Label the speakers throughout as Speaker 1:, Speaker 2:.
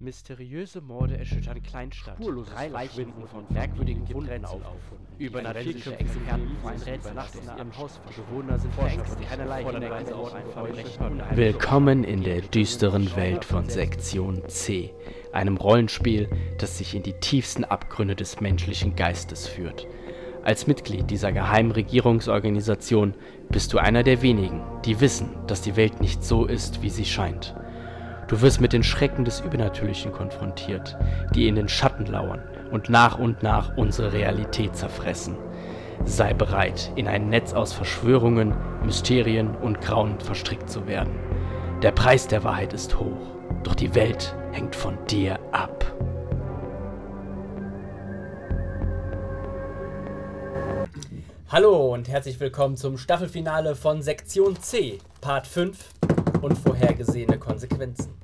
Speaker 1: Mysteriöse Morde erschüttern Kleinstadt.
Speaker 2: Spurloses
Speaker 1: Drei Leichen
Speaker 2: Verschwinden
Speaker 1: wurden von
Speaker 2: von
Speaker 1: merkwürdigen
Speaker 2: Familien gibt
Speaker 1: Wunden
Speaker 2: Rätsel
Speaker 1: aufgefunden.
Speaker 2: auf. Die
Speaker 1: Übernatürliche
Speaker 2: forensische
Speaker 1: Experten
Speaker 2: Experten
Speaker 1: fallen
Speaker 2: finden
Speaker 1: Rätsel nachts in
Speaker 2: übernachtende
Speaker 1: ihrem Haus.
Speaker 2: Abschlüsse.
Speaker 1: Bewohner sind
Speaker 2: Forscher
Speaker 1: verängstigt.
Speaker 2: versuchen,
Speaker 1: Keinerlei
Speaker 2: Feuer bei
Speaker 1: Hinweise auf
Speaker 2: Einsatzorten
Speaker 1: Verbrechen.
Speaker 2: Feuer
Speaker 1: unheimliche
Speaker 3: Willkommen in der düsteren Welt von Sektion C, einem Rollenspiel, das sich in die tiefsten Abgründe des menschlichen Geistes führt. Als Mitglied dieser geheimen Regierungsorganisation bist du einer der wenigen, die wissen, dass die Welt nicht so ist, wie sie scheint. Du wirst mit den Schrecken des Übernatürlichen konfrontiert, die in den Schatten lauern und nach und nach unsere Realität zerfressen. Sei bereit, in ein Netz aus Verschwörungen, Mysterien und Grauen verstrickt zu werden. Der Preis der Wahrheit ist hoch, doch die Welt hängt von dir ab.
Speaker 4: Hallo und herzlich willkommen zum Staffelfinale von Sektion C, Part 5 und vorhergesehene Konsequenzen.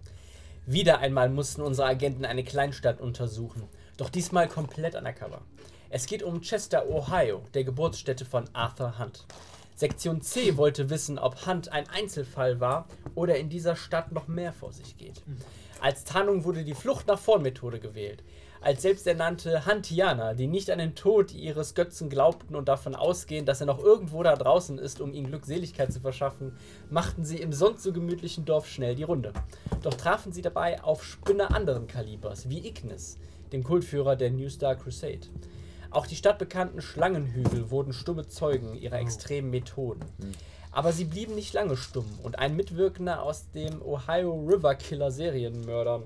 Speaker 4: Wieder einmal mussten unsere Agenten eine Kleinstadt untersuchen, doch diesmal komplett undercover. Es geht um Chester, Ohio, der Geburtsstätte von Arthur Hunt. Sektion C wollte wissen, ob Hunt ein Einzelfall war oder in dieser Stadt noch mehr vor sich geht. Als Tarnung wurde die Flucht nach vorn Methode gewählt. Als selbsternannte Huntianer, die nicht an den Tod ihres Götzen glaubten und davon ausgehen, dass er noch irgendwo da draußen ist, um ihm Glückseligkeit zu verschaffen, machten sie im sonst so gemütlichen Dorf schnell die Runde. Doch trafen sie dabei auf Spinner anderen Kalibers, wie Ignis, dem Kultführer der New Star Crusade. Auch die stadtbekannten Schlangenhügel wurden stumme Zeugen ihrer extremen Methoden. Aber sie blieben nicht lange stumm und ein Mitwirkender aus dem Ohio River Killer Serienmördern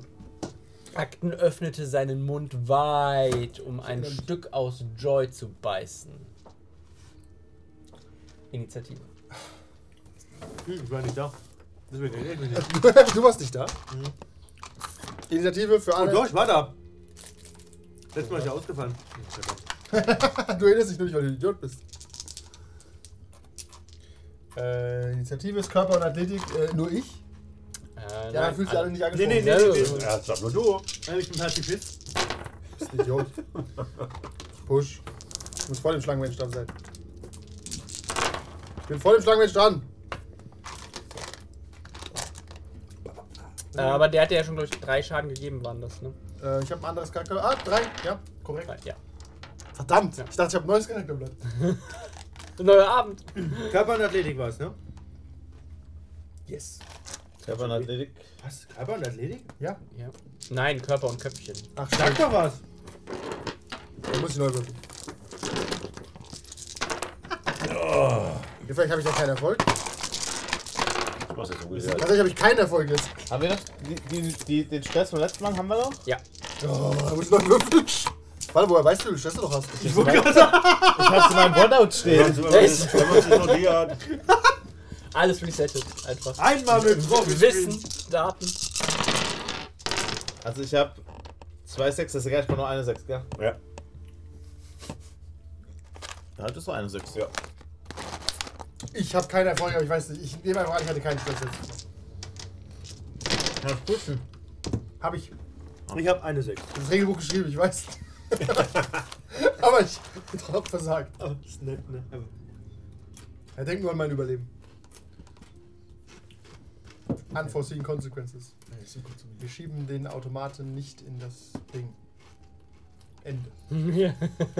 Speaker 4: Akten öffnete seinen Mund weit, um ein Stück aus Joy zu beißen. Initiative.
Speaker 5: Hm, Ich war nicht da. Deswegen erinnere ich mich nicht.
Speaker 6: du warst nicht da. Initiative für
Speaker 5: Mhm. Oh
Speaker 6: alle.
Speaker 5: doch, ich war da. Letztes Mal ist ja ausgefallen. Verdammt.
Speaker 6: Du erinnerst dich nur nicht, weil du ein Idiot bist. Äh, Initiative ist Körper und Athletik, äh, nur ich.
Speaker 4: Äh,
Speaker 6: Ja, dann fühlst du alle nicht angesprochen.
Speaker 5: nee, nee,
Speaker 4: nee,
Speaker 5: nee.
Speaker 6: Du
Speaker 5: Ja, das war nur du. Nein, ich bin Pazifist.
Speaker 6: bist ein Idiot. Push. Du musst vor dem Schlangenmensch dran sein. Ich bin vor dem Schlangenmensch dran.
Speaker 4: Äh, aber der hat ja schon, glaube ich, drei Schaden gegeben, waren das, ne?
Speaker 6: Äh, ich habe ein anderes Charakter. Ah, drei. Ja, korrekt.
Speaker 4: Drei, Ja.
Speaker 6: Verdammt, ich dachte, ich habe ein neues Charakterblatt.
Speaker 4: Neuer Abend.
Speaker 5: Körper und Athletik war es, ne?
Speaker 4: Yes.
Speaker 7: Körper und Athletik.
Speaker 5: Was? Körper und Athletik?
Speaker 6: Ja.
Speaker 4: Ja. Nein, Körper und Köpfchen.
Speaker 6: Ach,
Speaker 5: Sag
Speaker 6: stimmt.
Speaker 5: doch was.
Speaker 6: Da muss ich neu würfeln.
Speaker 5: Oh.
Speaker 6: Ja, Vielleicht habe ich ja keinen Erfolg.
Speaker 7: Ich mach's jetzt ungefähr.
Speaker 6: Tatsächlich habe ich keinen Erfolg jetzt.
Speaker 7: Haben wir noch die, die, die, den Stress vom letzten Mal? Haben wir noch?
Speaker 4: Ja.
Speaker 6: Oh, da muss ich neu würfeln. Warte, woher weißt du, wie du Stress noch hast?
Speaker 7: Ich wollte gerade sagen. Ich hab's in meinem Burnout stehen.
Speaker 4: Echt?
Speaker 7: Wenn man's ignoriert.
Speaker 4: Alles resettet. Einfach.
Speaker 5: Einmal mit Profis spielen.
Speaker 4: Wissen, Daten.
Speaker 7: Also ich hab zwei Sechs, das ist ja gar nicht mal nur eine Sechs, gell?
Speaker 8: Ja.
Speaker 7: Ja, das war eine Sechs. Ja.
Speaker 6: Ich habe keinen Erfolg, aber ich weiß nicht. Ich nehme einfach an, ich hatte keinen Stress jetzt.
Speaker 7: Kannst putzen.
Speaker 6: Habe ich.
Speaker 5: Ich habe eine 6.
Speaker 6: Das Regelbuch geschrieben, ich weiß. aber ich habe versagt.
Speaker 5: Aber das ist nett, ne? Aber
Speaker 6: Er denkt nur an mein Überleben. Unforeseen Consequences. Wir schieben den Automaten nicht in das Ding. Ende.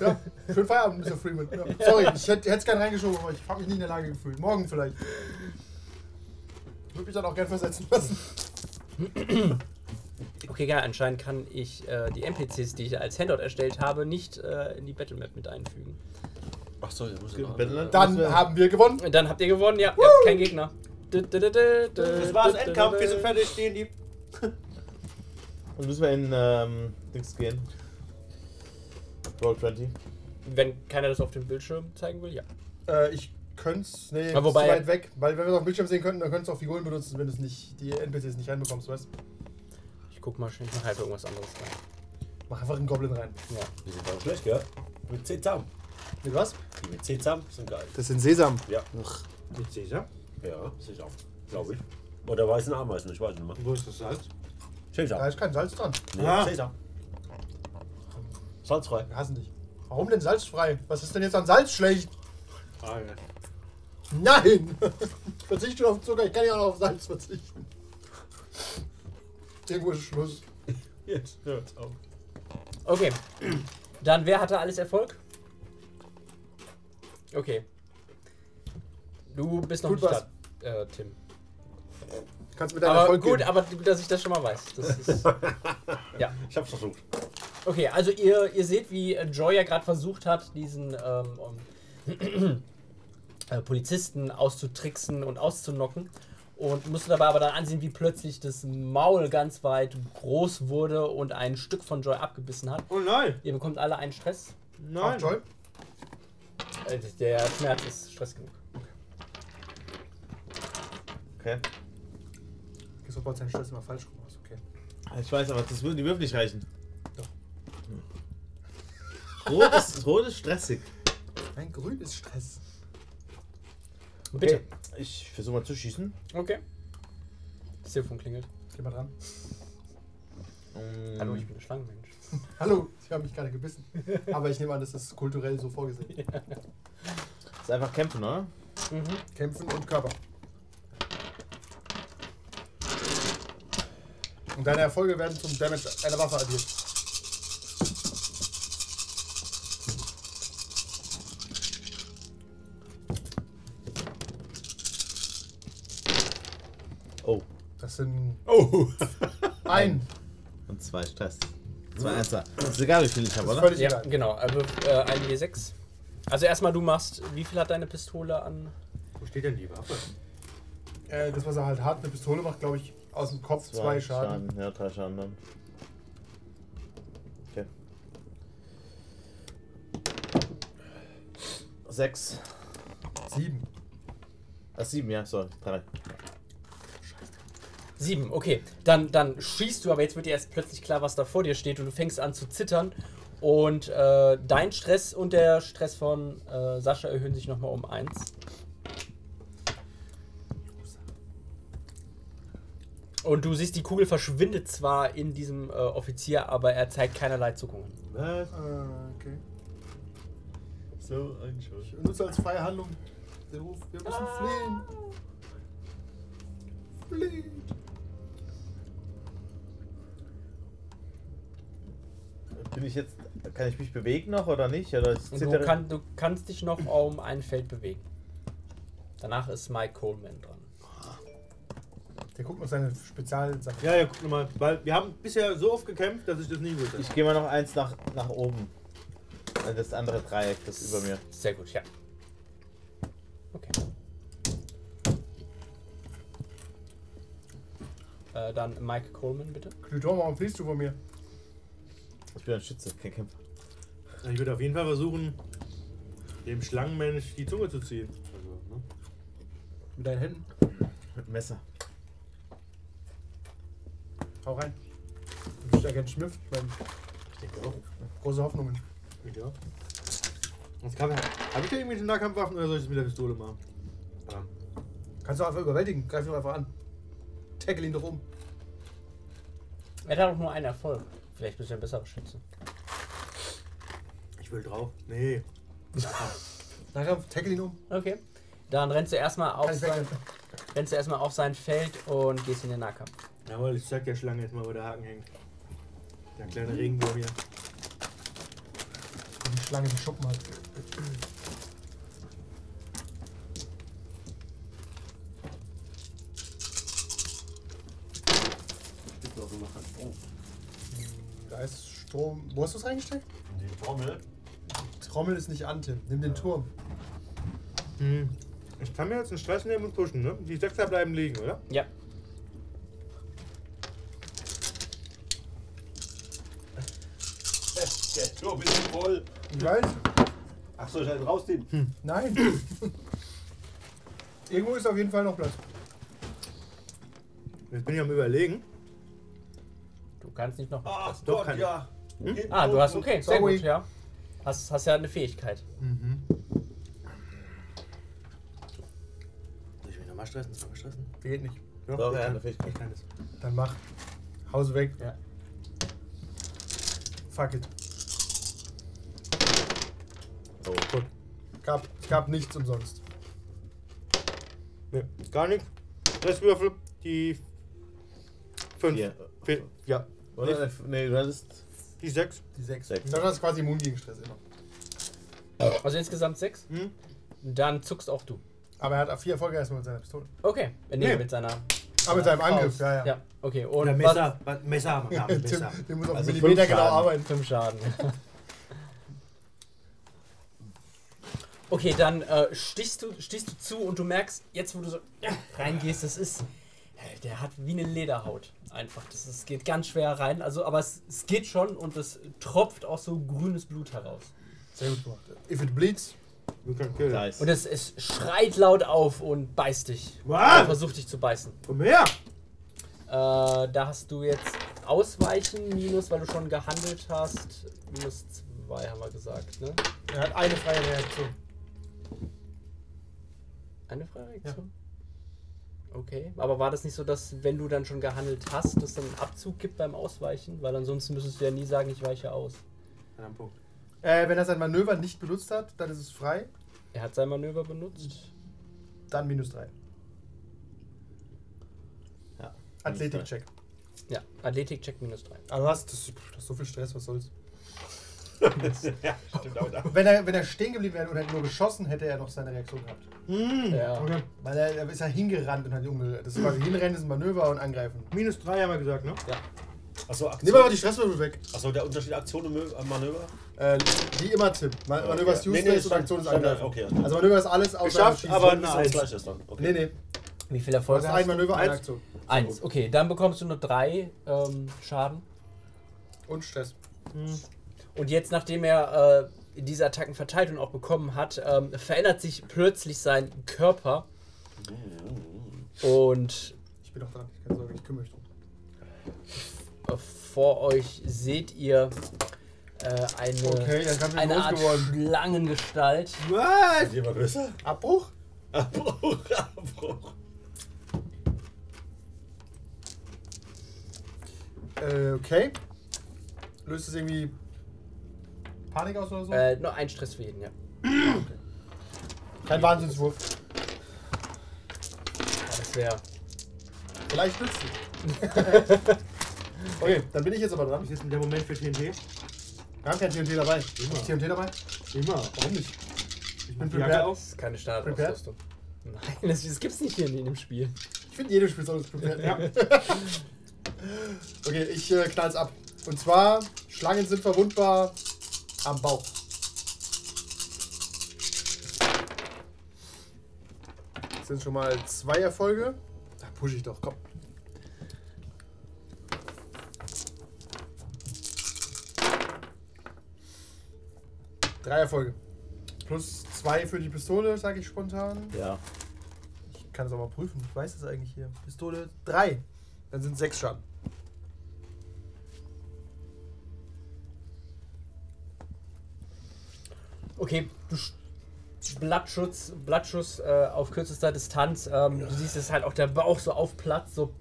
Speaker 6: Ja, schönen Feierabend, Mr. Freeman. Ja. Sorry, ich hätte es gern reingeschoben, aber ich habe mich nicht in der Lage gefühlt. Morgen vielleicht. Würde mich dann auch gern versetzen lassen.
Speaker 4: Okay, ja, anscheinend kann ich äh, die NPCs, die ich als Handout erstellt habe, nicht äh, in die Battlemap mit einfügen.
Speaker 7: Ach so, ich muss ja
Speaker 6: Dann haben wir gewonnen.
Speaker 4: Und dann habt ihr gewonnen, ja, ihr habt keinen Gegner. Das
Speaker 5: Das war's, Endkampf. Wir sind fertig, stehen die.
Speaker 7: Dann müssen wir in ähm, Dings gehen. Roll 20.
Speaker 4: Wenn keiner das auf dem Bildschirm zeigen will, ja.
Speaker 6: Äh, ich könnte es. Nee,
Speaker 4: Aber wobei-
Speaker 6: ist zu weit weg. Weil, wenn wir es auf dem Bildschirm sehen könnten, dann könntest du auch Figuren benutzen, wenn du es nicht, die NPCs nicht reinbekommst, weißt du?
Speaker 4: Ich guck mal schnell, ich mach halt irgendwas anderes rein.
Speaker 6: Mach einfach einen Goblin rein.
Speaker 4: Ja.
Speaker 8: Die sind auch schlecht, gell? Mit 10 zusammen.
Speaker 6: Mit was?
Speaker 8: Die mit 10 zusammen sind geil.
Speaker 6: Das sind Sesam.
Speaker 8: Ja.
Speaker 5: Mit Cäsar.
Speaker 8: Ja, sicher. Glaube ich. Oder weißen Ameisen, ich weiß nicht mehr.
Speaker 5: Wo ist das Salz?
Speaker 6: Da
Speaker 8: Cäsar.
Speaker 6: ist kein Salz dran.
Speaker 8: Nee,
Speaker 5: Ah.
Speaker 8: Cäsar. Salzfrei.
Speaker 6: Wir hassen dich. Warum denn salzfrei? Was ist denn jetzt an Salz schlecht?
Speaker 5: Ah, ja.
Speaker 6: Nein! Ich verzichte auf Zucker, ich kann ja auch noch auf Salz verzichten. Irgendwo ist Schluss.
Speaker 5: Jetzt hört's auf.
Speaker 4: Okay. Dann, wer hatte alles Erfolg? Okay. Du bist noch
Speaker 6: Tut
Speaker 4: nicht
Speaker 6: was.
Speaker 4: da, äh, Tim.
Speaker 6: Kannst mit deinem
Speaker 4: Aber
Speaker 6: Erfolg
Speaker 4: gut,
Speaker 6: gehen.
Speaker 4: aber dass ich das schon mal weiß. Das ist, ja.
Speaker 8: Ich hab's versucht.
Speaker 4: Okay, also ihr, ihr seht, wie äh, Joya gerade versucht hat, diesen ähm, ähm, äh, Polizisten auszutricksen und auszunocken. Und musste dabei aber dann ansehen, wie plötzlich das Maul ganz weit groß wurde und ein Stück von Joy abgebissen hat.
Speaker 5: Oh nein!
Speaker 4: Ihr bekommt alle einen Stress.
Speaker 6: Ach,
Speaker 5: Nein!
Speaker 6: toll.
Speaker 4: Äh, der Schmerz ist Stress genug.
Speaker 7: Okay.
Speaker 6: Okay, so baut sein Stress immer falsch rum aus. Okay.
Speaker 7: Ich weiß aber, das würde die Würfel nicht reichen.
Speaker 6: Doch.
Speaker 7: Hm. Rot ist, rot ist stressig.
Speaker 6: Mein Grün ist Stress.
Speaker 4: Bitte.
Speaker 7: Ich versuche mal zu schießen.
Speaker 4: Okay. Das Telefon klingelt.
Speaker 6: Geh mal dran.
Speaker 7: Ähm,
Speaker 4: Hallo, ich bin ein Schlangenmensch.
Speaker 6: Hallo, Sie haben mich gerade gebissen. Aber ich nehme an, das ist kulturell so vorgesehen.
Speaker 7: Ist einfach kämpfen, oder?
Speaker 4: Mhm.
Speaker 6: Kämpfen und Körper. Und deine Erfolge werden zum Damage einer Waffe addiert.
Speaker 7: Oh.
Speaker 6: Das sind
Speaker 8: Oh!
Speaker 6: ein.
Speaker 7: Und zwei Stress. Zwei Einser. Hm. Ist egal, wie viel ich habe,
Speaker 6: Das ist
Speaker 7: oder?
Speaker 6: völlig
Speaker 4: Ja,
Speaker 6: egal.
Speaker 4: genau. Also äh, ein W6. Also erstmal du machst, wie viel hat deine Pistole an?
Speaker 5: Wo steht denn die Waffe?
Speaker 6: Äh, das, was er halt hat, eine Pistole macht, glaube ich, aus dem Kopf zwei, Schaden.
Speaker 7: Ja, drei Schaden dann. Okay. Sechs.
Speaker 6: Sieben.
Speaker 7: Ah, sieben, ja, sorry. Drei.
Speaker 4: Sieben, okay. Dann, dann schießt du, aber jetzt wird dir erst plötzlich klar, was da vor dir steht und du fängst an zu zittern. Und äh, dein Stress und der Stress von äh, Sascha erhöhen sich nochmal um eins. Und du siehst, die Kugel verschwindet zwar in diesem äh, Offizier, aber er zeigt keinerlei Zuckungen.
Speaker 5: Was?
Speaker 6: Äh, okay.
Speaker 5: So ein Schuss.
Speaker 6: Ich nutze als freie Handlung den Ruf, wir müssen fliehen. Fliehen.
Speaker 7: Bin ich jetzt. Kann ich mich bewegen noch oder nicht? Oder ich
Speaker 4: Und du, kann, du kannst dich noch um ein Feld bewegen. Danach ist Mike Coleman dran.
Speaker 6: Der guckt uns seine Spezialsachen.
Speaker 5: Ja, ja, guck nochmal. Weil wir haben bisher so oft gekämpft, dass ich das nie wusste.
Speaker 7: Ich gehe mal noch eins nach, nach oben. Äh, Das andere Dreieck, das über mir.
Speaker 4: Sehr gut, ja. Okay. Äh, dann Mike Coleman, bitte.
Speaker 6: Glüdorm, warum fliehst du von mir?
Speaker 7: Ich bin ein Schütze, kein Kämpfer.
Speaker 5: Also Ich würde auf jeden Fall versuchen, dem Schlangenmensch die Zunge zu ziehen. Also, ne?
Speaker 6: Mit deinen Händen.
Speaker 7: Mit dem Messer.
Speaker 6: Hau rein. Du bist ja kein Schmiff. Ich meine,
Speaker 5: Ich denke auch.
Speaker 6: große Hoffnungen.
Speaker 5: Ja. Das kann man. Hab ich da irgendwelche Nahkampfwaffen oder soll ich das mit der Pistole machen? Ähm,
Speaker 6: Kannst du einfach überwältigen. Greif ihn doch einfach an. Tackle ihn doch um.
Speaker 4: Er hat auch nur einen Erfolg. Vielleicht bist du ein besserer Schütze.
Speaker 5: ich will drauf. Nee.
Speaker 6: Nahkampf, tackle ihn um.
Speaker 4: Okay. Dann rennst du erstmal auf,
Speaker 6: Kann ich
Speaker 4: sein,
Speaker 6: wegrennen.
Speaker 4: rennst du erstmal auf sein Feld und gehst in den Nahkampf.
Speaker 5: Jawohl, ich zeig der Schlange jetzt mal, wo der Haken hängt. Der kleine Regenwurm hier.
Speaker 6: Die Schlange, die Schuppen hat.
Speaker 8: Oh,
Speaker 6: Da ist Strom. Wo hast du es reingesteckt?
Speaker 8: die Formel.
Speaker 6: Trommel ist nicht an, Tim. Nimm den Turm.
Speaker 5: Hm. Ich kann mir jetzt einen Stress nehmen und pushen, ne? Die Sechser bleiben liegen, oder?
Speaker 4: Ja.
Speaker 8: Der Turm ist voll.
Speaker 6: Ich weiß. Hm.
Speaker 8: Ach, soll ich einen rausziehen?
Speaker 6: Nein. Irgendwo ist auf jeden Fall noch Platz.
Speaker 5: Jetzt bin ich am Überlegen.
Speaker 4: Du kannst nicht noch.
Speaker 8: Ach
Speaker 5: Doch,
Speaker 8: Gott,
Speaker 5: kann ich. Hm?
Speaker 8: ja. Geht
Speaker 4: Ah, du
Speaker 8: los.
Speaker 4: hast. Okay, sehr
Speaker 6: Oh, Sorry.
Speaker 4: gut, ja. Hast, hast ja eine Fähigkeit.
Speaker 5: Mhm. Soll ich mich nochmal stressen? Nochmal stressen?
Speaker 6: Geht nicht.
Speaker 5: Ja,
Speaker 7: Doch,
Speaker 5: ich
Speaker 7: ja,
Speaker 5: kann-
Speaker 7: eine Fähigkeit.
Speaker 5: Ich kann das.
Speaker 6: Dann mach. Hause weg.
Speaker 4: Ja.
Speaker 6: Fuck it.
Speaker 7: Oh.
Speaker 5: Gut.
Speaker 6: Gab, gab nichts umsonst.
Speaker 5: Nee, gar nichts. Restwürfel, die 5.
Speaker 7: Vier.
Speaker 5: Fe- Ja,
Speaker 7: Oder? Nee, du hattest.
Speaker 5: die 6.
Speaker 6: Die 6.
Speaker 7: Sechs.
Speaker 6: Das ist quasi immun gegen Stress immer.
Speaker 4: Also insgesamt sechs.
Speaker 5: Hm?
Speaker 4: Dann zuckst auch du.
Speaker 6: Aber er hat vier Erfolge erstmal mit seiner Pistole.
Speaker 4: Okay, nee, nee.
Speaker 5: Nee.
Speaker 4: mit seiner.
Speaker 6: Aber mit seinem
Speaker 4: Faust.
Speaker 6: Angriff, ja, ja.
Speaker 4: Ja, okay. Und
Speaker 5: Oder
Speaker 4: was?
Speaker 5: Messer. Was? Messer, ja,
Speaker 6: Tim,
Speaker 5: Messer.
Speaker 6: der muss auf
Speaker 7: Also
Speaker 6: den
Speaker 7: fünf
Speaker 6: Millimeter genau
Speaker 7: Schaden.
Speaker 6: arbeiten.
Speaker 4: Fünf Schaden. Okay, dann äh, stichst, du, stichst du zu und du merkst, jetzt wo du so ja, reingehst, das ist. Der hat wie eine Lederhaut. Einfach. Das ist, geht ganz schwer rein. Also, aber es, es geht schon und es tropft auch so grünes Blut heraus.
Speaker 6: Sehr gut gemacht. If it bleeds,
Speaker 5: You can kill.
Speaker 7: Nice.
Speaker 4: Und es, es schreit laut auf und beißt dich.
Speaker 5: Wow.
Speaker 4: Oder Versucht dich zu beißen.
Speaker 5: Komm her!
Speaker 4: Äh, da hast du jetzt Ausweichen, minus, weil du schon gehandelt hast. Minus zwei haben wir gesagt, ne?
Speaker 6: er hat eine freie Reaktion.
Speaker 4: Eine Freireaktion? Okay, aber war das nicht so, dass wenn du dann schon gehandelt hast, dass dann einen Abzug gibt beim Ausweichen? Weil ansonsten müsstest du ja nie sagen, ich weiche aus.
Speaker 5: An einem Punkt.
Speaker 6: Äh, wenn er sein Manöver nicht benutzt hat, dann ist es frei.
Speaker 4: Er hat sein Manöver benutzt.
Speaker 6: Dann minus 3.
Speaker 7: Ja.
Speaker 6: Athletik-Check.
Speaker 4: Ja, Athletik-Check minus drei.
Speaker 6: Aber was? Das, das ist so viel Stress, was soll's.
Speaker 8: ja, stimmt auch da.
Speaker 6: Wenn er, wenn er stehen geblieben wäre und hätte nur geschossen, hätte er noch seine Reaktion gehabt. Hm,
Speaker 4: Ja.
Speaker 5: Okay.
Speaker 6: Weil er, er ist ja hingerannt und hat umgerührt. Das ist quasi hinrennen, ist ein Manöver und angreifen.
Speaker 5: Minus 3 haben wir gesagt, ne?
Speaker 8: Achso,
Speaker 6: Nehmen wir mal
Speaker 8: Aktion.
Speaker 6: die Stresswürfel weg.
Speaker 8: Achso, der Unterschied Aktion und Mö- äh, Manöver?
Speaker 6: Äh, wie immer, Tim. Man Manöver ist
Speaker 8: Nee,
Speaker 6: useless
Speaker 8: nee,
Speaker 6: und
Speaker 8: stand-
Speaker 6: Aktion ist
Speaker 8: stand-
Speaker 6: angreifen.
Speaker 8: okay.
Speaker 6: Also Manöver ist alles außer
Speaker 5: Geschafft,
Speaker 6: Schießen.
Speaker 5: aber
Speaker 8: Ist
Speaker 5: eine
Speaker 8: doch das
Speaker 5: 1.
Speaker 8: gleiche dann. Okay.
Speaker 6: Nee, nee.
Speaker 4: Wie viel
Speaker 6: Das
Speaker 4: Erfolge
Speaker 6: ist
Speaker 4: hast
Speaker 6: Also ein
Speaker 4: du?
Speaker 6: Manöver, eine
Speaker 5: Eins.
Speaker 6: Aktion.
Speaker 4: Eins. Okay, dann bekommst du nur drei ähm, Schaden.
Speaker 6: Und Stress.
Speaker 4: Und jetzt, nachdem er äh, diese Attacken verteilt und auch bekommen hat, ähm, verändert sich plötzlich sein Körper.
Speaker 6: Mhm.
Speaker 4: Und
Speaker 6: Ich bin auch dran. Ich kann Sorge, ich kümmere mich drum.
Speaker 4: äh, vor euch seht ihr äh, eine,
Speaker 6: Okay, dann kann ich
Speaker 4: eine Art
Speaker 6: losgeworden.
Speaker 4: Schlangengestalt.
Speaker 5: Was?
Speaker 8: Ist jemand größer?
Speaker 6: Abbruch?
Speaker 8: Abbruch, Abbruch.
Speaker 6: Äh, okay. Löst es irgendwie Panik aus oder so?
Speaker 4: Äh, nur ein Stress für jeden, ja.
Speaker 6: Kein Wahnsinnswurf.
Speaker 4: Das wäre.
Speaker 6: Vielleicht nützlich. okay, dann bin ich jetzt aber dran.
Speaker 5: Ist jetzt der Moment für TNT?
Speaker 6: Wir haben kein TNT dabei. Ist TNT dabei?
Speaker 5: Immer.
Speaker 6: Warum nicht?
Speaker 5: Ich mach
Speaker 6: bin
Speaker 5: die Jacke
Speaker 6: prepared.
Speaker 5: auf.
Speaker 4: Das ist keine Standardausrüstung. Nein, das, das gibt's nicht hier in dem Spiel.
Speaker 6: Ich finde, jedes Spiel soll es prepared
Speaker 5: Ja.
Speaker 6: Okay, ich äh, knall's ab. Und zwar, Schlangen sind verwundbar am Bauch. Das sind schon mal zwei Erfolge. Da pushe ich doch, komm. Drei Erfolge. Plus zwei für die Pistole, sage ich spontan.
Speaker 7: Ja.
Speaker 6: Ich kann es auch mal prüfen. Ich weiß es eigentlich hier. Pistole 3. Dann sind 6 Schaden.
Speaker 4: Okay, du sch- Blattschutz, Blattschuss äh, auf kürzester Distanz. Ähm, du siehst, dass halt auch der Bauch so aufplatzt, so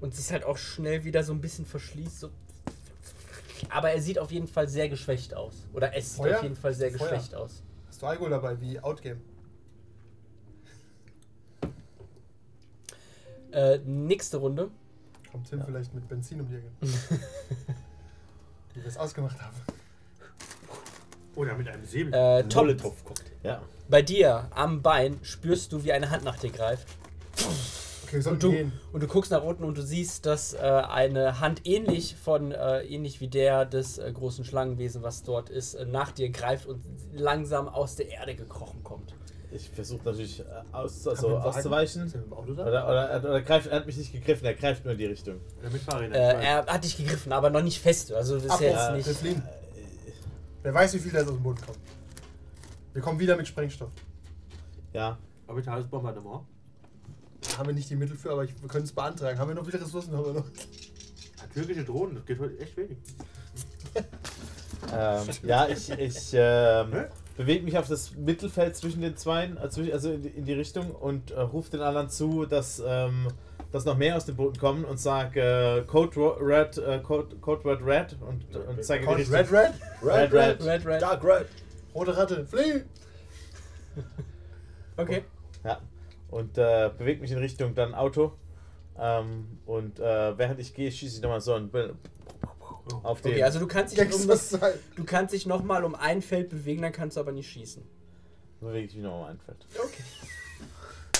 Speaker 4: und sich halt auch schnell wieder so ein bisschen verschließt. So. Aber er sieht auf jeden Fall sehr geschwächt aus. Oder es sieht
Speaker 6: Feuer?
Speaker 4: auf jeden Fall sehr
Speaker 6: Feuer.
Speaker 4: geschwächt aus.
Speaker 6: Hast du Alkohol dabei, wie Outgame?
Speaker 4: Äh, nächste Runde.
Speaker 6: Kommt Tim vielleicht mit Benzin um die Ecke. wie wir es ausgemacht haben.
Speaker 5: Oder mit einem Säbel.
Speaker 4: Äh, Tom,
Speaker 8: Molotow-Cocktail.
Speaker 7: Ja.
Speaker 4: bei dir am Bein spürst du, wie eine Hand nach dir greift.
Speaker 6: Okay, wir sollten
Speaker 4: Und du,
Speaker 6: gehen.
Speaker 4: und du guckst nach unten und du siehst, dass äh, eine Hand ähnlich von äh, ähnlich wie der des äh, großen Schlangenwesen, was dort ist, äh, nach dir greift und langsam aus der Erde gekrochen kommt.
Speaker 7: Ich versuche natürlich äh, aus,
Speaker 6: Haben
Speaker 7: also
Speaker 6: wir einen Wagen?
Speaker 7: auszuweichen.
Speaker 6: Sind wir im Auto da?
Speaker 7: Oder, oder, er- oder greift, er hat mich nicht gegriffen, er greift nur in die Richtung.
Speaker 5: Oder mit Fahrrädern.
Speaker 4: Äh, er hat dich gegriffen, aber noch nicht fest. Also das ist
Speaker 6: Ab
Speaker 4: ja
Speaker 6: jetzt
Speaker 4: jetzt
Speaker 6: nicht.
Speaker 4: nicht.
Speaker 6: Fliegen. Wer weiß, wie viel da jetzt aus dem Boden kommt. Wir kommen wieder mit Sprengstoff.
Speaker 7: Ja.
Speaker 5: Aber ich habe das Bombardement.
Speaker 6: Da haben wir nicht die Mittel für, aber ich, wir können es beantragen. Haben wir noch wieder Ressourcen? Haben wir noch.
Speaker 5: Ja, türkische Drohnen, das geht heute echt wenig.
Speaker 7: Ähm, ja, ich, ich ähm,
Speaker 5: Hä?
Speaker 7: bewege mich auf das Mittelfeld zwischen den Zweien, äh, zwischen- also in die, in die Richtung und äh, rufe den anderen zu, dass, ähm, dass noch mehr aus dem Boden kommen und sage äh, Code Ro- Red, äh, Code, Code Red Red und, und zeige die
Speaker 6: Red,
Speaker 7: Richtung.
Speaker 6: red, red.
Speaker 7: Red, Red.
Speaker 4: Red, red.
Speaker 7: Dark Red.
Speaker 6: Rote Ratte. Fliehen.
Speaker 4: Okay.
Speaker 7: Ja. Und äh, bewege mich in Richtung dann Auto. Ähm, und äh, während ich gehe, schieße ich nochmal so ein Bill auf den.
Speaker 4: Okay, also du kannst dich um das,
Speaker 6: Gangster sein.
Speaker 4: du kannst dich nochmal um ein Feld bewegen, dann kannst du aber nicht schießen.
Speaker 7: bewege ich mich nochmal um ein Feld.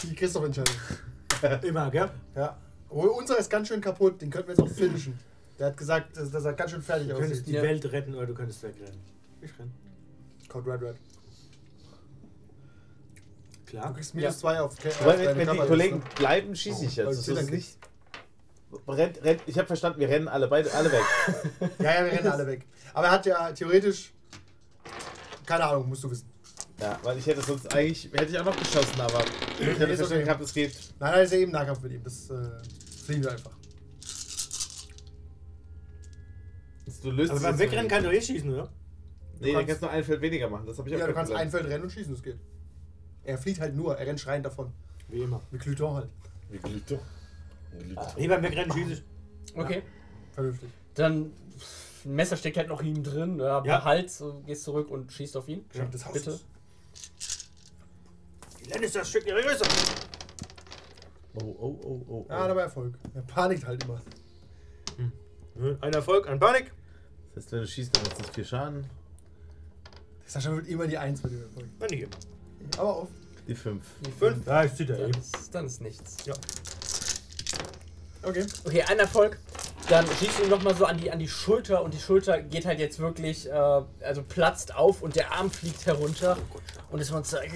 Speaker 6: Die Christoph-Entscheidung.
Speaker 5: Immer, gell?
Speaker 6: Ja. Obwohl, unser ist ganz schön kaputt, den könnten wir jetzt auch finishen. Der hat gesagt, dass, dass er ganz schön fertig
Speaker 5: Du könntest
Speaker 6: aussieht.
Speaker 5: die
Speaker 4: Ja.
Speaker 5: Welt retten oder du könntest wegrennen. Ich renne.
Speaker 6: Code Red Red. Du
Speaker 5: Klar.
Speaker 6: kriegst minus
Speaker 4: Ja.
Speaker 6: 2 auf Ke- auf deine
Speaker 7: Weil wenn, wenn die
Speaker 6: Körperlast,
Speaker 7: Kollegen
Speaker 6: ne?
Speaker 7: bleiben, schieße ich jetzt.
Speaker 6: Weil
Speaker 7: Also,
Speaker 6: du
Speaker 7: so ist es
Speaker 6: Zittern
Speaker 7: nicht. Rennt, rennt, ich habe verstanden, wir rennen alle beide alle weg.
Speaker 6: Ja, ja, wir rennen alle weg. Aber er hat ja theoretisch. Keine Ahnung, musst du wissen.
Speaker 7: Ja, weil ich hätte sonst eigentlich, hätte ich auch noch geschossen, aber ich
Speaker 6: Nee,
Speaker 7: hätte
Speaker 6: ist
Speaker 7: verstanden
Speaker 6: okay.
Speaker 7: gehabt, es geht.
Speaker 6: Nein, nein, ist ja eben Nahkampf mit ihm. Das äh, sehen wir einfach.
Speaker 7: Du löst
Speaker 5: Aber
Speaker 7: es
Speaker 5: beim
Speaker 7: jetzt
Speaker 5: Wegrennen
Speaker 7: nicht.
Speaker 5: kannst du eh schießen, oder?
Speaker 7: Nee, dann
Speaker 6: kannst-
Speaker 7: kannst du nur ein Feld weniger machen, das habe ich auch
Speaker 6: Ja, du
Speaker 7: gerade
Speaker 6: kannst ein
Speaker 7: gelernt.
Speaker 6: Feld rennen und schießen, das geht. Er flieht halt nur, er rennt schreiend davon.
Speaker 5: Wie immer.
Speaker 6: Wie Cluton halt.
Speaker 8: Wie glüht doch. Glüht doch.
Speaker 5: Nee, beim Wegrennen schieße ich.
Speaker 4: Okay.
Speaker 6: Vernünftig.
Speaker 4: Dann pff, ein Messer steckt halt noch ihm drin, ja,
Speaker 5: Ja.
Speaker 4: Hals, äh, gehst zurück und schießt auf ihn.
Speaker 6: Geschafft des Hauses.
Speaker 4: Bitte.
Speaker 5: Die Lannisters schicken ihre Grüße.
Speaker 7: Oh, oh, oh, oh. oh.
Speaker 6: Ja, aber Erfolg. Er panikt halt immer.
Speaker 5: Ein Erfolg, ein Panik.
Speaker 7: Das heißt, wenn du schießt, dann hast du vier Schaden.
Speaker 6: Sascha wird immer die Eins bei dem Erfolg.
Speaker 5: Nein, die
Speaker 6: Aber auf.
Speaker 7: Die fünf.
Speaker 4: Die
Speaker 5: Fünf. Ja, ich ziehe Hm, da
Speaker 4: Dann
Speaker 5: eben.
Speaker 4: ist, dann ist nichts.
Speaker 6: Okay.
Speaker 4: Okay, ein Erfolg. Dann schießt du ihn nochmal so an die, an die Schulter und die Schulter geht halt jetzt wirklich, äh, also platzt auf und der Arm fliegt herunter. Und das Monster. äh,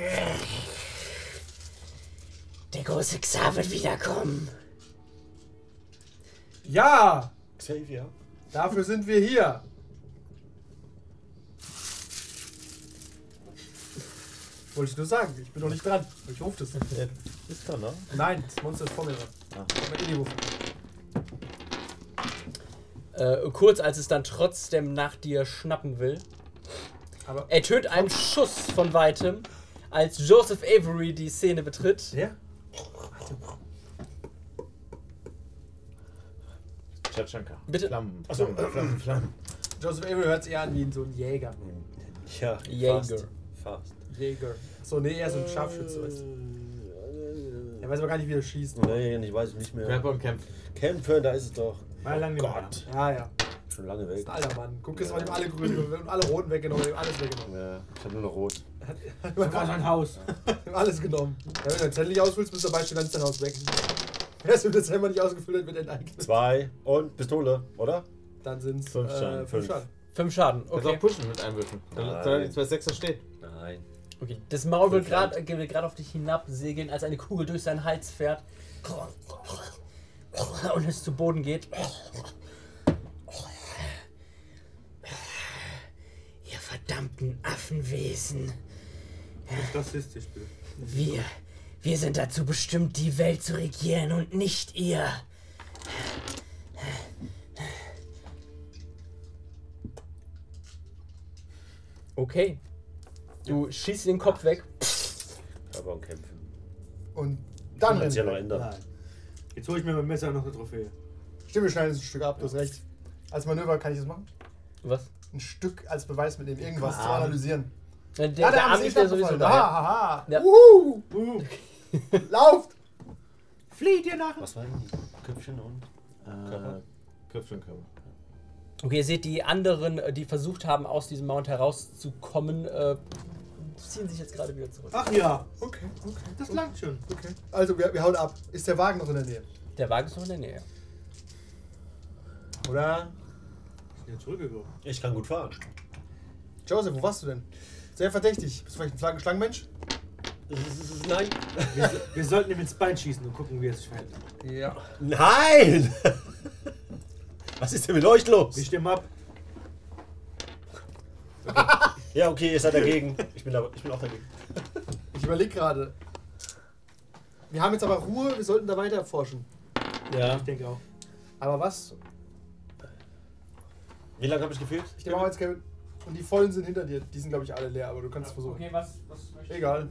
Speaker 4: Der große Xar wird wiederkommen.
Speaker 6: Ja!
Speaker 5: Xavier.
Speaker 6: Dafür sind wir hier. Wollte ich nur sagen, ich bin noch nicht dran. Ich rufe das.
Speaker 7: Ja, ist doch, ne?
Speaker 6: Nein, das Monster ist vor mir dran.
Speaker 7: Ah.
Speaker 6: Aber eh die Wurf.
Speaker 4: Äh, kurz als es dann trotzdem nach dir schnappen will.
Speaker 6: Aber-
Speaker 4: Ertönt ein Schuss von weitem, als Joseph Avery die Szene betritt.
Speaker 6: Der?
Speaker 7: Tschatschanka.
Speaker 4: Bitte?
Speaker 7: Flammen.
Speaker 5: Ach so.
Speaker 7: Flammen, Flammen, Flammen.
Speaker 6: Joseph Avery hört es eher an wie so ein Jäger.
Speaker 8: Ja,
Speaker 4: Jäger.
Speaker 8: fast. fast.
Speaker 6: Jäger. So, nee, eher so ein Scharfschütze. Weißt du. Er weiß aber gar nicht, wie er schießt.
Speaker 8: Nein, ich weiß nicht mehr.
Speaker 7: Grab und kämpfen.
Speaker 8: Camper, da ist es doch.
Speaker 5: War lang
Speaker 8: Gott.
Speaker 6: Ja, ja.
Speaker 8: Schon lange weg.
Speaker 6: Ist ein alter Mann. Guck, jetzt mal dem alle Grünen und alle Roten weggenommen, dem alles weggenommen.
Speaker 7: Ja, ich habe nur noch rot.
Speaker 5: Das war sein Haus.
Speaker 6: Dem alles genommen. Ja, wenn du dein Zettel nicht ausfüllst, bist du dabei, steht dann ist dein Haus weg. Wer es im Dezember nicht ausgefüllt hat, wird enteignet.
Speaker 8: Zwei und Pistole, oder?
Speaker 6: Dann sind es
Speaker 7: Fünf Schaden,
Speaker 6: äh, fünf
Speaker 8: fünf.
Speaker 6: Schaden.
Speaker 4: Fünf Schaden.
Speaker 7: Kannst okay.
Speaker 4: Okay.
Speaker 7: auch pushen mit Einwürfen. Dann
Speaker 8: Nein.
Speaker 7: soll die zwei Sechser stehen.
Speaker 8: Nein.
Speaker 4: okay. Das Maul will
Speaker 8: Fünf Schaden.
Speaker 4: gerade auf dich hinabsegeln, als eine Kugel durch seinen Hals fährt und es zu Boden geht. Ihr verdammten Affenwesen.
Speaker 5: Nicht rassistisch, bitte.
Speaker 4: Wir, wir sind dazu bestimmt, die Welt zu regieren und nicht ihr. Okay. Du schießt den Kopf weg.
Speaker 8: Aber und kämpfen.
Speaker 6: Und dann
Speaker 8: Kannst ja
Speaker 6: rennen
Speaker 8: noch
Speaker 6: wir.
Speaker 8: ändern.
Speaker 5: Nein. Jetzt hole ich mir mein Messer noch eine Trophäe.
Speaker 6: Stimme schneiden es ein Stück ab, du hast recht. Als Manöver kann ich das machen.
Speaker 4: Was?
Speaker 6: Ein Stück als Beweis mit dem irgendwas zu analysieren.
Speaker 4: Der, der,
Speaker 6: Ja, der,
Speaker 4: Arm liegt ja sowieso da.
Speaker 6: Ha, ha,
Speaker 4: Ja.
Speaker 6: ha. Uhu. Lauft!
Speaker 5: Flieht ihr nach?
Speaker 8: Was war denn die Köpfchen und?
Speaker 7: Äh, Köpfe und Körper.
Speaker 4: Okay, ihr seht, die anderen, äh, die versucht haben, aus diesem Mount herauszukommen, äh, ziehen sich jetzt gerade wieder zurück.
Speaker 5: Ach ja.
Speaker 6: Okay, okay.
Speaker 5: Das langt schon.
Speaker 6: okay. Also, wir, wir hauen ab. Ist der Wagen noch in der Nähe?
Speaker 4: Der Wagen ist noch in der Nähe.
Speaker 6: Oder?
Speaker 5: Ich bin ja zurückgekommen.
Speaker 8: Ich kann gut fahren.
Speaker 6: Joseph, wo warst du denn? Sehr verdächtig. Bist du vielleicht ein Flagenschlangenmensch?
Speaker 8: Nein.
Speaker 5: Wir, so- wir sollten ihm ins Bein schießen und gucken, wie er sich verhält.
Speaker 6: Ja.
Speaker 8: Nein! Was ist denn mit euch
Speaker 5: Wir
Speaker 8: los?
Speaker 5: stimmen ab.
Speaker 8: Ja, okay, ihr seid dagegen. Ich bin, da, ich bin auch dagegen.
Speaker 6: Ich überlege gerade. Wir haben jetzt aber Ruhe, wir sollten da weiter forschen.
Speaker 8: Ja.
Speaker 5: Ich denke auch.
Speaker 6: Aber was?
Speaker 8: Wie lange habe ich gefehlt?
Speaker 6: Ich nehme auch jetzt Kevin. Und die vollen sind hinter dir. Die sind, glaube ich, alle leer, aber du kannst es versuchen.
Speaker 4: was, was
Speaker 6: Egal.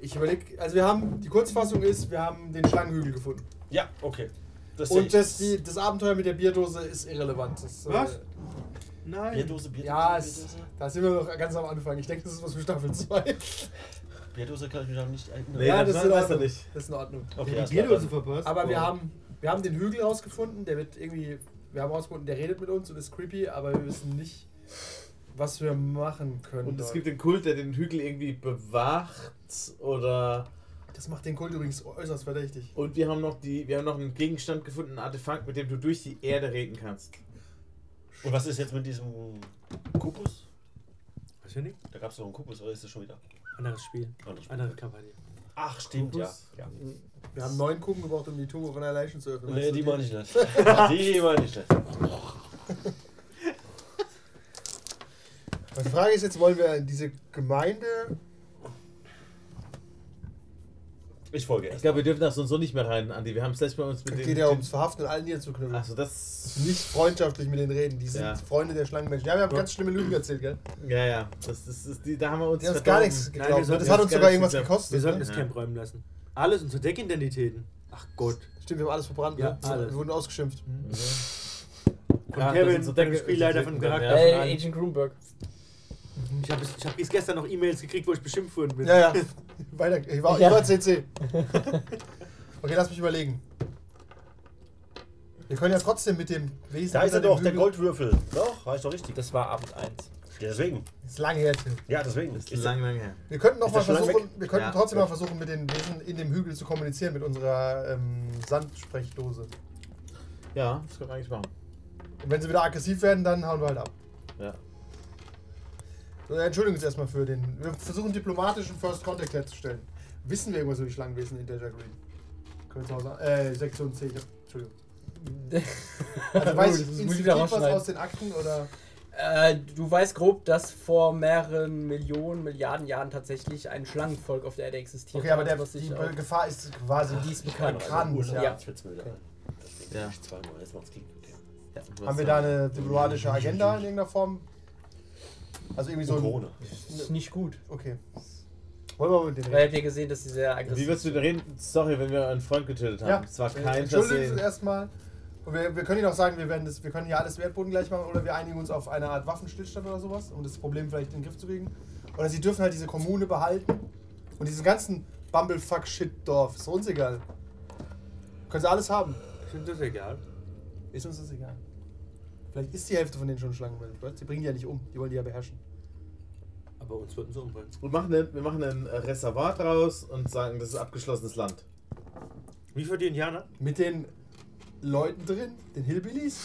Speaker 6: Ich überlege, also wir haben, die Kurzfassung ist, wir haben den Schlangenhügel gefunden.
Speaker 8: Ja, okay. Das sehe ich.
Speaker 6: Und das, die, das Abenteuer mit der Bierdose ist irrelevant. Das,
Speaker 5: Was?
Speaker 6: Äh,
Speaker 5: Nein.
Speaker 8: Bierdose, Bierdose,
Speaker 6: ja, es,
Speaker 8: Bierdose.
Speaker 6: da sind wir noch ganz am Anfang. Ich denke, das ist was für Staffel 2.
Speaker 8: Bierdose kann ich mich auch nicht erinnern.
Speaker 7: Nee, das
Speaker 6: in
Speaker 7: weiß er
Speaker 6: Ordnung.
Speaker 7: nicht.
Speaker 6: Das ist in Ordnung.
Speaker 8: Okay,
Speaker 5: die
Speaker 8: alles klar,
Speaker 5: Bierdose
Speaker 8: dann.
Speaker 5: verpasst.
Speaker 6: Aber wir
Speaker 5: Boah.
Speaker 6: haben, wir haben den Hügel rausgefunden, der wird irgendwie. Wir haben rausgefunden, der redet mit uns und ist creepy, aber wir wissen nicht, was wir machen können.
Speaker 7: Und es
Speaker 6: dort.
Speaker 7: gibt den Kult, der den Hügel irgendwie bewacht oder.
Speaker 6: das macht den Kult übrigens äußerst verdächtig.
Speaker 7: Und wir haben noch die, wir haben noch einen Gegenstand gefunden, ein Artefakt, mit dem du durch die Erde reden kannst.
Speaker 8: Und was ist jetzt mit diesem Kubus?
Speaker 5: Weiß ich nicht.
Speaker 8: Da gab es noch einen Kubus, oder ist das schon wieder?
Speaker 1: Anderes Spiel.
Speaker 8: Anderes Spiel.
Speaker 1: Andere Kampagne.
Speaker 8: Ach, stimmt, ja. ja.
Speaker 6: Wir haben neun Kugeln gebraucht, um die Tomb of Annihilation zu öffnen.
Speaker 8: Nee,
Speaker 6: Weißt du,
Speaker 8: die meine ich nicht. Die meine ich nicht.
Speaker 6: Die Frage ist jetzt, wollen wir in diese Gemeinde.
Speaker 8: Ich folge erst.
Speaker 7: Ich glaube, wir dürfen da so und so nicht mehr rein, Andi. Wir haben es letztes Mal uns mit
Speaker 6: Es
Speaker 7: den.
Speaker 6: geht ja ums Verhaften und allen hier zu knüppeln.
Speaker 7: Achso, das.
Speaker 6: Nicht freundschaftlich mit denen reden. Die sind
Speaker 7: Ja.
Speaker 6: Freunde der Schlangenmenschen. Ja, wir haben ganz schlimme Lügen erzählt, gell?
Speaker 7: Ja, ja. Das, das, das, die, da haben wir uns.
Speaker 6: Die haben uns gar
Speaker 7: verdorben.
Speaker 6: nichts
Speaker 5: wir
Speaker 6: geglaubt.
Speaker 5: sollten-
Speaker 6: das
Speaker 5: wir
Speaker 6: hat
Speaker 7: haben
Speaker 6: uns
Speaker 7: gar
Speaker 6: sogar
Speaker 7: nichts
Speaker 6: irgendwas
Speaker 7: geglaubt.
Speaker 6: gekostet.
Speaker 5: Wir sollten das
Speaker 7: Ja.
Speaker 5: Camp räumen lassen. Alles unsere Deckidentitäten. Ach Gott.
Speaker 6: Stimmt, wir haben alles verbrannt.
Speaker 5: Ja,
Speaker 6: ne?
Speaker 5: alles.
Speaker 6: Wir wurden ausgeschimpft.
Speaker 8: Mhm.
Speaker 5: Von
Speaker 7: Ja, das
Speaker 5: Kevin,
Speaker 7: sind so
Speaker 5: von dem
Speaker 7: Decke-
Speaker 5: Spielleiter, von dem
Speaker 7: Identitäten,
Speaker 5: Charakter.
Speaker 7: ja.
Speaker 5: von
Speaker 4: Äh,
Speaker 5: allen.
Speaker 4: Agent Grunberg.
Speaker 5: Ich habe ich hab bis gestern noch E-Mails gekriegt, wo ich beschimpft worden bin.
Speaker 6: Mhm. Ja, ja. Weiter. Ich war,
Speaker 4: Ja.
Speaker 6: ich war CC. Okay, lass mich überlegen. Wir können ja trotzdem mit dem Wesen.
Speaker 8: Da ist
Speaker 6: hinter
Speaker 8: er
Speaker 6: dem
Speaker 8: doch, der
Speaker 6: Hügel-
Speaker 8: Goldwürfel. Doch, war ich doch richtig.
Speaker 4: Das war Abend 1.
Speaker 8: Ja, deswegen.
Speaker 6: Ist lange her, Tim.
Speaker 8: Ja, deswegen.
Speaker 7: Das ist lang, lang her.
Speaker 6: Wir könnten noch
Speaker 8: Ist
Speaker 6: mal
Speaker 8: der schon lang
Speaker 6: versuchen,
Speaker 8: weg?
Speaker 6: wir könnten
Speaker 7: Ja,
Speaker 6: trotzdem mal
Speaker 8: gut.
Speaker 6: versuchen, mit den Wesen in dem Hügel zu kommunizieren mit unserer ähm, Sandssprechdose.
Speaker 7: Ja, das können wir eigentlich machen.
Speaker 6: Und wenn sie wieder aggressiv werden, dann hauen wir halt ab.
Speaker 7: Ja.
Speaker 6: So, Entschuldigung jetzt erstmal für den. Wir versuchen diplomatischen First Contact herzustellen. Wissen wir irgendwas über die Schlangenwesen in der Jackery? Können wir zu Hause an- Äh, Sektion C. ja. Entschuldigung.
Speaker 4: Oh,
Speaker 6: Also weiß ich instinktiv was aus den Akten oder.
Speaker 4: Äh, du weißt grob, dass vor mehreren Millionen, Milliarden Jahren tatsächlich ein Schlangenvolk auf der Erde existiert.
Speaker 6: Okay, aber
Speaker 4: hat,
Speaker 6: der,
Speaker 4: was sich
Speaker 6: die
Speaker 4: auch- Ah,
Speaker 6: Gefahr ist quasi
Speaker 4: Die
Speaker 6: die
Speaker 4: ist bekannt. Also
Speaker 6: bekannt.
Speaker 8: Ja.
Speaker 6: Ja.
Speaker 8: Ja. Ich schwitze mir wieder ein. Deswegen
Speaker 7: Ja.
Speaker 8: ja. zweimal. Jetzt macht's Klick. Okay.
Speaker 7: ja du hast
Speaker 6: Haben wir da eine diplomatische Agenda in irgendeiner Form? Also irgendwie so.
Speaker 8: Und
Speaker 6: ein-
Speaker 8: Corona.
Speaker 4: ist nicht gut.
Speaker 6: Okay. Wollen wir mal mit denen
Speaker 4: Weil
Speaker 6: reden?
Speaker 4: habt ihr gesehen, dass sie sehr aggressiv
Speaker 7: Wie würdest du denn reden? Sorry, wenn wir einen Freund getötet haben. Es war kein
Speaker 6: Äh, Entschuldigen Sie
Speaker 7: Versehen.
Speaker 6: erstmal. Und wir, wir können Ihnen auch sagen, wir, werden das, wir können hier alles Wertboden gleich machen oder wir einigen uns auf eine Art Waffenstillstand oder sowas, um das Problem vielleicht in den Griff zu kriegen. Oder Sie dürfen halt diese Kommune behalten und diesen ganzen Bumblefuck-Shit-Dorf. Ist uns egal. Können Sie alles haben.
Speaker 5: Ich finde das egal.
Speaker 6: Ist uns das egal. Vielleicht ist die Hälfte von denen schon Schlangenwelt. Die bringen die ja nicht um. Die wollen die ja beherrschen.
Speaker 5: Aber uns würden sie umbringen.
Speaker 7: Wir machen, einen, wir machen ein Reservat raus und sagen, das ist abgeschlossenes Land.
Speaker 5: Wie für die Indianer?
Speaker 6: Mit den Leuten drin, den Hillbillies.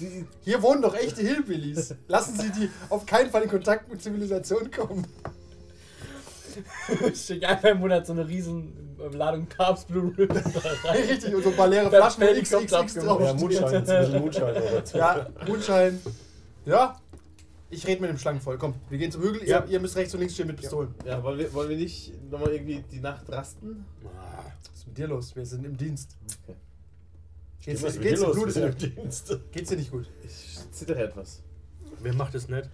Speaker 7: Die,
Speaker 6: Hier wohnen doch echte Hillbillies. Lassen Sie die auf keinen Fall in Kontakt mit Zivilisation kommen.
Speaker 4: Ich schicke einmal im Monat so eine riesen äh, Ladung Carbs Blue Ribbon da rein.
Speaker 6: Richtig, und so ein paar leere
Speaker 4: Da
Speaker 6: Flaschen, wo
Speaker 4: fällt kommt ab,
Speaker 6: XXX
Speaker 8: Ja,
Speaker 6: drauf.
Speaker 8: Mutschein. Ein bisschen Mutschein. oder so.
Speaker 6: Ja, Gutschein. Ja, ich rede mit dem Schlangenvolk. Komm, wir gehen zum Hügel.
Speaker 7: Ja.
Speaker 6: Ihr, ihr müsst rechts und links stehen mit Pistolen.
Speaker 7: ja, wollen wir, wollen wir nicht nochmal irgendwie die Nacht rasten?
Speaker 5: Ah,
Speaker 6: Was ist mit dir los? Wir sind im Dienst.
Speaker 7: Okay.
Speaker 6: Geht's,
Speaker 8: Was ist
Speaker 6: geht's,
Speaker 8: mit dir
Speaker 6: dir
Speaker 8: los?
Speaker 6: gut?
Speaker 8: Wir sind im Dienst.
Speaker 6: geht's dir nicht gut?
Speaker 7: Ich zittere etwas.
Speaker 5: Wer macht das nicht?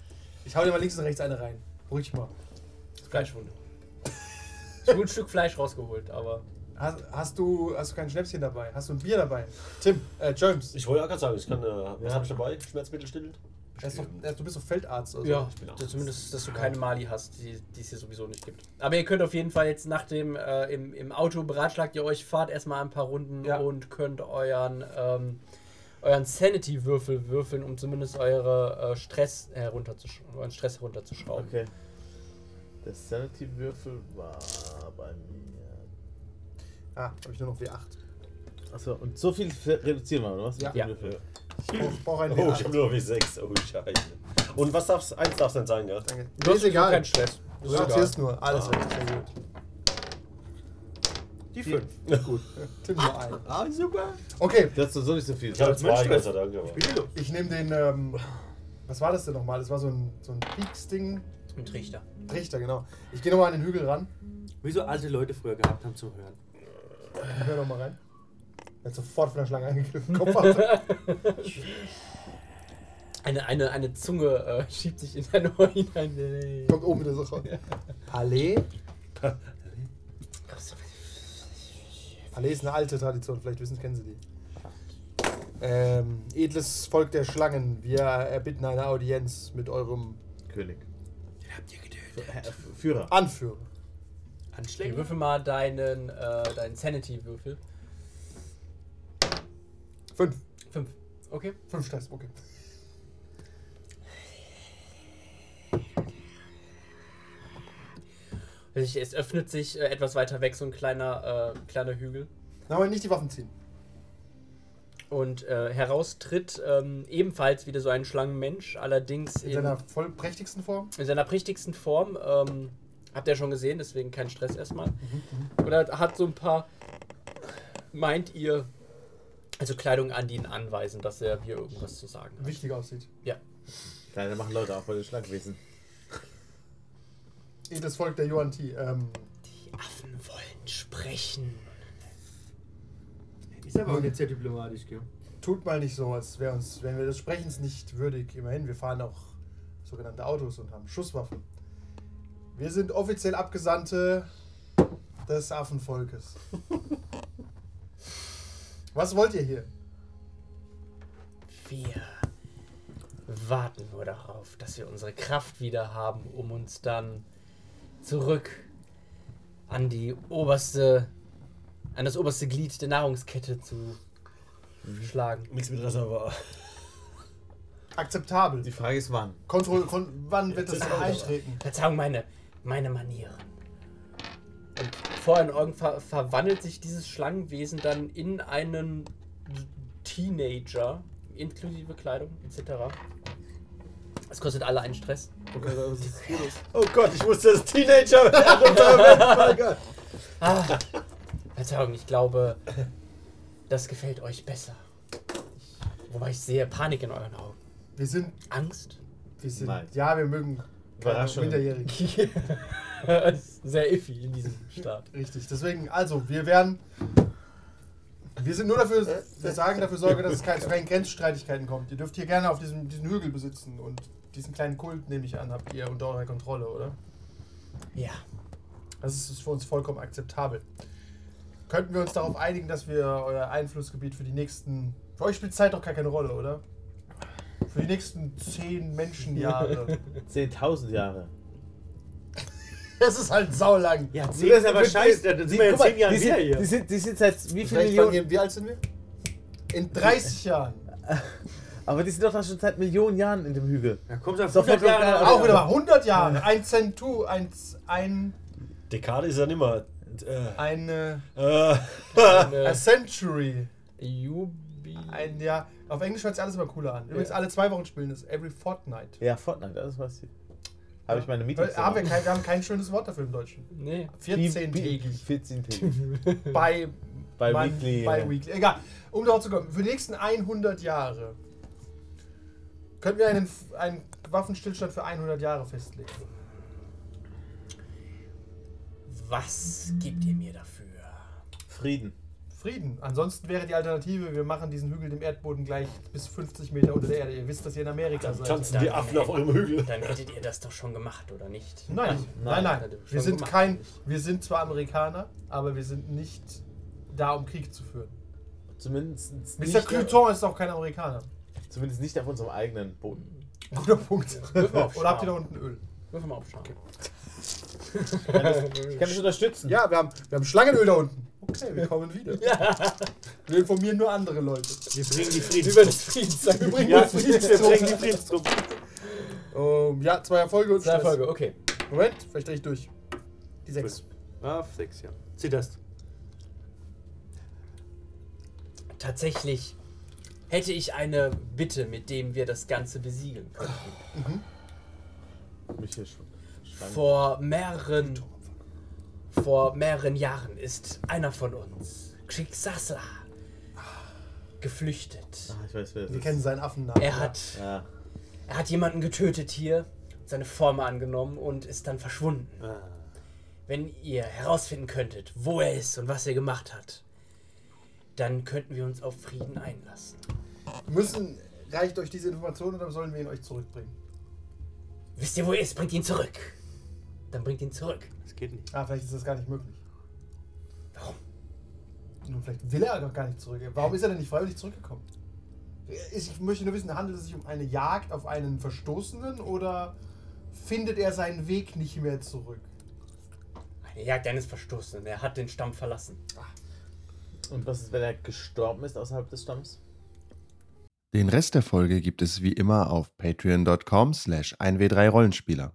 Speaker 6: Ich hau dir mal links und rechts eine rein. Ruhig mal.
Speaker 4: Fleischwunde. Ich hab ein Stück Fleisch rausgeholt, aber.
Speaker 6: Hast, hast, du, hast du kein Schnäpschen dabei? Hast du ein Bier dabei? Tim, äh, James,
Speaker 8: Ich wollte auch gerade sagen, ich kann, äh, was hab ich dabei? Schmerzmittel stillend?
Speaker 6: er ist doch, er ist, du bist doch Feldarzt. Also.
Speaker 4: Ja,
Speaker 8: ich bin auch-
Speaker 4: das zumindest, dass du keine Mali hast, die die es hier sowieso nicht gibt. Aber ihr könnt auf jeden Fall jetzt nach dem äh, im, im Auto beratschlagt ihr euch, fahrt erstmal ein paar Runden
Speaker 6: Ja.
Speaker 4: und könnt euren, ähm, euren Sanity-Würfel würfeln, um zumindest eure, äh, Stress herunterzusch- euren Stress herunterzuschrauben.
Speaker 7: Okay. Der Sanity-Würfel war bei mir.
Speaker 6: Ah, habe ich nur noch W8.
Speaker 7: Achso, und so viel ver- reduzieren wir, oder was?
Speaker 6: Ja.
Speaker 7: Mit dem Würfel.
Speaker 6: Ich brauch- brauch einen
Speaker 8: Oh, ich hab
Speaker 6: W8.
Speaker 8: nur noch wie 6. Oh, scheiße. Und was darf's? Eins darf's nicht sein, gell?
Speaker 6: Danke.
Speaker 4: Du hast
Speaker 6: ist egal.
Speaker 4: keinen Stress.
Speaker 6: Du
Speaker 4: Ist egal. Ah,
Speaker 6: sortierst nur. Alles recht. Sehr gut.
Speaker 5: Die fünf.
Speaker 8: Gut.
Speaker 6: Tim nur einen.
Speaker 5: Ah, super.
Speaker 6: Okay,
Speaker 7: Du hast sowieso nicht so viel.
Speaker 8: Ich habe
Speaker 5: als
Speaker 8: zwei,
Speaker 5: Mensch-
Speaker 8: Gott sei Dank. Aber.
Speaker 5: Bin ich los.
Speaker 6: ich nehme den. Ähm, was war das denn nochmal? Das war so ein, so ein Peaks-Ding.
Speaker 4: Ein Trichter.
Speaker 6: Trichter, genau. Ich gehe nochmal an den Hügel ran.
Speaker 5: Wie so alte Leute früher gehabt haben zum Hören.
Speaker 6: Ich höre nochmal rein. Er hat sofort von der Schlange angegriffen. Kopf ab.
Speaker 4: Eine, eine, eine Zunge äh, schiebt sich in dein Ohr hinein. Nee, nee, nee.
Speaker 6: Kommt oben wieder so raus. Palais? Palais ist eine alte Tradition. Vielleicht wissen, kennen Sie die. Ähm, edles Volk der Schlangen, wir erbitten eine Audienz mit eurem
Speaker 7: König. Den habt ihr getötet. äh, Führer.
Speaker 6: Anführer.
Speaker 4: Okay,
Speaker 2: Anschläge?
Speaker 4: würfel mal deinen, äh, deinen Sanity-Würfel.
Speaker 6: Fünf.
Speaker 4: Fünf. Okay.
Speaker 6: Fünf Stress, okay.
Speaker 4: Also Es öffnet sich äh, etwas weiter weg, so ein kleiner, äh, kleiner Hügel.
Speaker 6: Na, aber nicht die Waffen ziehen.
Speaker 4: Und äh, heraustritt ähm, ebenfalls wieder so ein Schlangenmensch, allerdings
Speaker 6: In
Speaker 4: in,
Speaker 6: seiner voll prächtigsten Form.
Speaker 4: in seiner prächtigsten Form. Ähm, habt ihr schon gesehen, deswegen kein Stress erstmal.
Speaker 6: Mhm,
Speaker 4: Oder hat so ein paar, meint ihr, also Kleidung an, die ihn anweisen, dass er hier irgendwas zu sagen hat.
Speaker 6: Wichtig aussieht.
Speaker 7: Kleine machen Leute auch bei den Schlagwesen.
Speaker 6: Eh, Das Volk der Yuan Ti. Ähm,
Speaker 4: Die Affen wollen sprechen.
Speaker 5: Ist aber auch nicht sehr diplomatisch, gell?
Speaker 6: tut mal nicht so, als wären uns, wären wir des Sprechens nicht würdig. Immerhin, wir fahren auch sogenannte Autos und haben Schusswaffen. Wir sind offiziell Abgesandte des Affenvolkes. Was wollt ihr hier?
Speaker 4: Wir warten nur darauf, dass wir unsere Kraft wieder haben, um uns dann zurück an die oberste, an das oberste Glied der Nahrungskette zu schlagen.
Speaker 8: Nichts mit Reservoir.
Speaker 6: Akzeptabel.
Speaker 7: Die Frage ist wann.
Speaker 6: Kontroll, kon wann wird das denn eintreten?
Speaker 4: Verzeihung, meine, meine Manieren. Und vor euren Augen ver verwandelt sich dieses Schlangenwesen dann in einen Teenager, inklusive Kleidung etc. Es kostet alle einen Stress.
Speaker 8: Oh Gott, ich wusste, dass Teenager werden.
Speaker 4: Ah, Verzeihung, ich glaube, das gefällt euch besser. Wobei ich sehe Panik in euren Augen.
Speaker 6: Wir sind,
Speaker 4: Angst?
Speaker 6: wir sind,
Speaker 7: Nein.
Speaker 6: ja, wir mögen keine
Speaker 7: Überraschung.
Speaker 6: Minderjährigen.
Speaker 4: Sehr iffy in diesem Staat.
Speaker 6: Richtig, deswegen, also, wir werden. Wir sind nur dafür, wir sagen dafür Sorge, dass es kein- zu keinen Grenzstreitigkeiten kommt. Ihr dürft hier gerne auf diesem, diesen Hügel besitzen und diesen kleinen Kult, nehme ich an, habt ihr unter eurer Kontrolle, oder?
Speaker 4: Ja.
Speaker 6: Das ist, ist für uns vollkommen akzeptabel. Könnten wir uns darauf einigen, dass wir euer Einflussgebiet für die nächsten. Für euch spielt Zeit doch gar keine Rolle, oder? Für die nächsten zehn Menschenjahre.
Speaker 7: 10.000 Jahre.
Speaker 6: Das ist halt saulang.
Speaker 7: Ja,
Speaker 8: zehn- Das ist aber scheiße, dann sind wir in zehn Jahren
Speaker 7: die
Speaker 8: wieder
Speaker 7: sind,
Speaker 8: hier.
Speaker 7: Die sind, die sind seit wie vielen
Speaker 6: Vielleicht fangen
Speaker 7: Millionen?
Speaker 6: wir, wie alt sind wir? In 30 Jahren.
Speaker 7: Aber die sind doch da schon seit Millionen Jahren in dem Hügel.
Speaker 5: Ja, kommst auf
Speaker 7: So,
Speaker 5: 100
Speaker 7: vollkommen
Speaker 5: Jahre
Speaker 7: klar.
Speaker 5: nach-
Speaker 6: Auch wieder mal 100 Jahre. Ein Zentu, ein, Z- ein,
Speaker 8: Dekade ist ja nimmer. Äh,
Speaker 6: eine,
Speaker 8: äh,
Speaker 6: a century.
Speaker 4: Jubi.
Speaker 6: Ein Jahr. Auf Englisch hört sich alles immer cooler an. Übrigens, alle zwei Wochen spielen das. Every fortnight.
Speaker 7: Ja, Fortnite, das weiß ich. Habe ich meine
Speaker 8: Äh,
Speaker 7: Meetings
Speaker 6: Hör- Haben wir, kein, wir haben kein schönes Wort dafür im Deutschen.
Speaker 4: Nee.
Speaker 6: 14-tägig.
Speaker 7: 14 tägig
Speaker 6: Bei,
Speaker 7: Bei
Speaker 6: Mann-
Speaker 7: Weekly.
Speaker 6: Bei
Speaker 7: ja.
Speaker 6: Weekly. Egal. Um darauf zu kommen. Für die nächsten 100 Jahre könnten wir einen, einen Waffenstillstand für 100 Jahre festlegen.
Speaker 4: Was gebt ihr mir dafür?
Speaker 7: Frieden.
Speaker 6: Frieden. Ansonsten wäre die Alternative, wir machen diesen Hügel dem Erdboden gleich bis 50 Meter unter der Erde. Ihr wisst, dass ihr in Amerika seid.
Speaker 8: tanzen die Affen auf eurem Hügel.
Speaker 4: Dann hättet ihr das doch schon gemacht, oder nicht?
Speaker 6: Nein, nein, nein.
Speaker 4: Hätte schon
Speaker 6: Wir sind
Speaker 4: gemacht,
Speaker 6: kein,
Speaker 4: nicht?
Speaker 6: wir sind zwar Amerikaner, aber wir sind nicht da, um Krieg zu führen.
Speaker 7: Zumindest
Speaker 6: Mr.
Speaker 7: nicht,
Speaker 6: Cluton ist auch kein Amerikaner.
Speaker 7: zumindest nicht auf unserem eigenen Boden.
Speaker 6: Guter Punkt.
Speaker 4: mal auf
Speaker 6: Oder habt ihr da
Speaker 4: Schwarm.
Speaker 6: unten Öl?
Speaker 4: Würfel mal aufschauen.
Speaker 7: Ich kann dich unterstützen.
Speaker 6: Ja, wir haben, wir haben Schlangenöl da unten. Okay, wir kommen wieder. Wir informieren nur andere Leute.
Speaker 8: Wir bringen die Frieden.
Speaker 4: Über das Friedenssache.
Speaker 6: Übrigens,
Speaker 8: ja, wir bringen die Friedenstruppe.
Speaker 6: Ähm, ja, zwei Erfolge und
Speaker 4: Zwei
Speaker 6: Stress.
Speaker 4: Erfolge, okay.
Speaker 6: Moment, vielleicht drehe ich durch. Die sechs.
Speaker 5: Auf 6, ja. Zitterst.
Speaker 4: Tatsächlich hätte ich eine Bitte, mit dem wir das Ganze besiegeln könnten.
Speaker 7: Mich hier schon.
Speaker 4: Vor mehreren, vor mehreren Jahren ist einer von uns, Kshiksasla, geflüchtet.
Speaker 7: Ah, ich weiß, wer das
Speaker 6: Wir
Speaker 7: ist.
Speaker 6: kennen seinen Affennamen.
Speaker 4: Er hat,
Speaker 7: Ja.
Speaker 4: er hat jemanden getötet hier, seine Form angenommen und ist dann verschwunden.
Speaker 7: Ah.
Speaker 4: Wenn ihr herausfinden könntet, wo er ist und was er gemacht hat, dann könnten wir uns auf Frieden einlassen.
Speaker 6: Müssen, reicht euch diese Information oder sollen wir ihn euch zurückbringen?
Speaker 4: Wisst ihr, wo er ist? Bringt ihn zurück. Dann bringt ihn zurück.
Speaker 5: Das geht nicht.
Speaker 6: Ah, vielleicht ist das gar nicht möglich.
Speaker 4: Warum?
Speaker 6: Nun, vielleicht will er doch gar nicht zurück. Warum ist er denn nicht freiwillig zurückgekommen? Ich möchte nur wissen, handelt es sich um eine Jagd auf einen Verstoßenen oder findet er seinen Weg nicht mehr zurück?
Speaker 4: Eine Die Jagd eines Verstoßenen. Er hat den Stamm verlassen.
Speaker 7: Und was ist, wenn er gestorben ist außerhalb des Stamms?
Speaker 2: Den Rest der Folge gibt es wie immer auf patreon.com slash 1w3rollenspieler.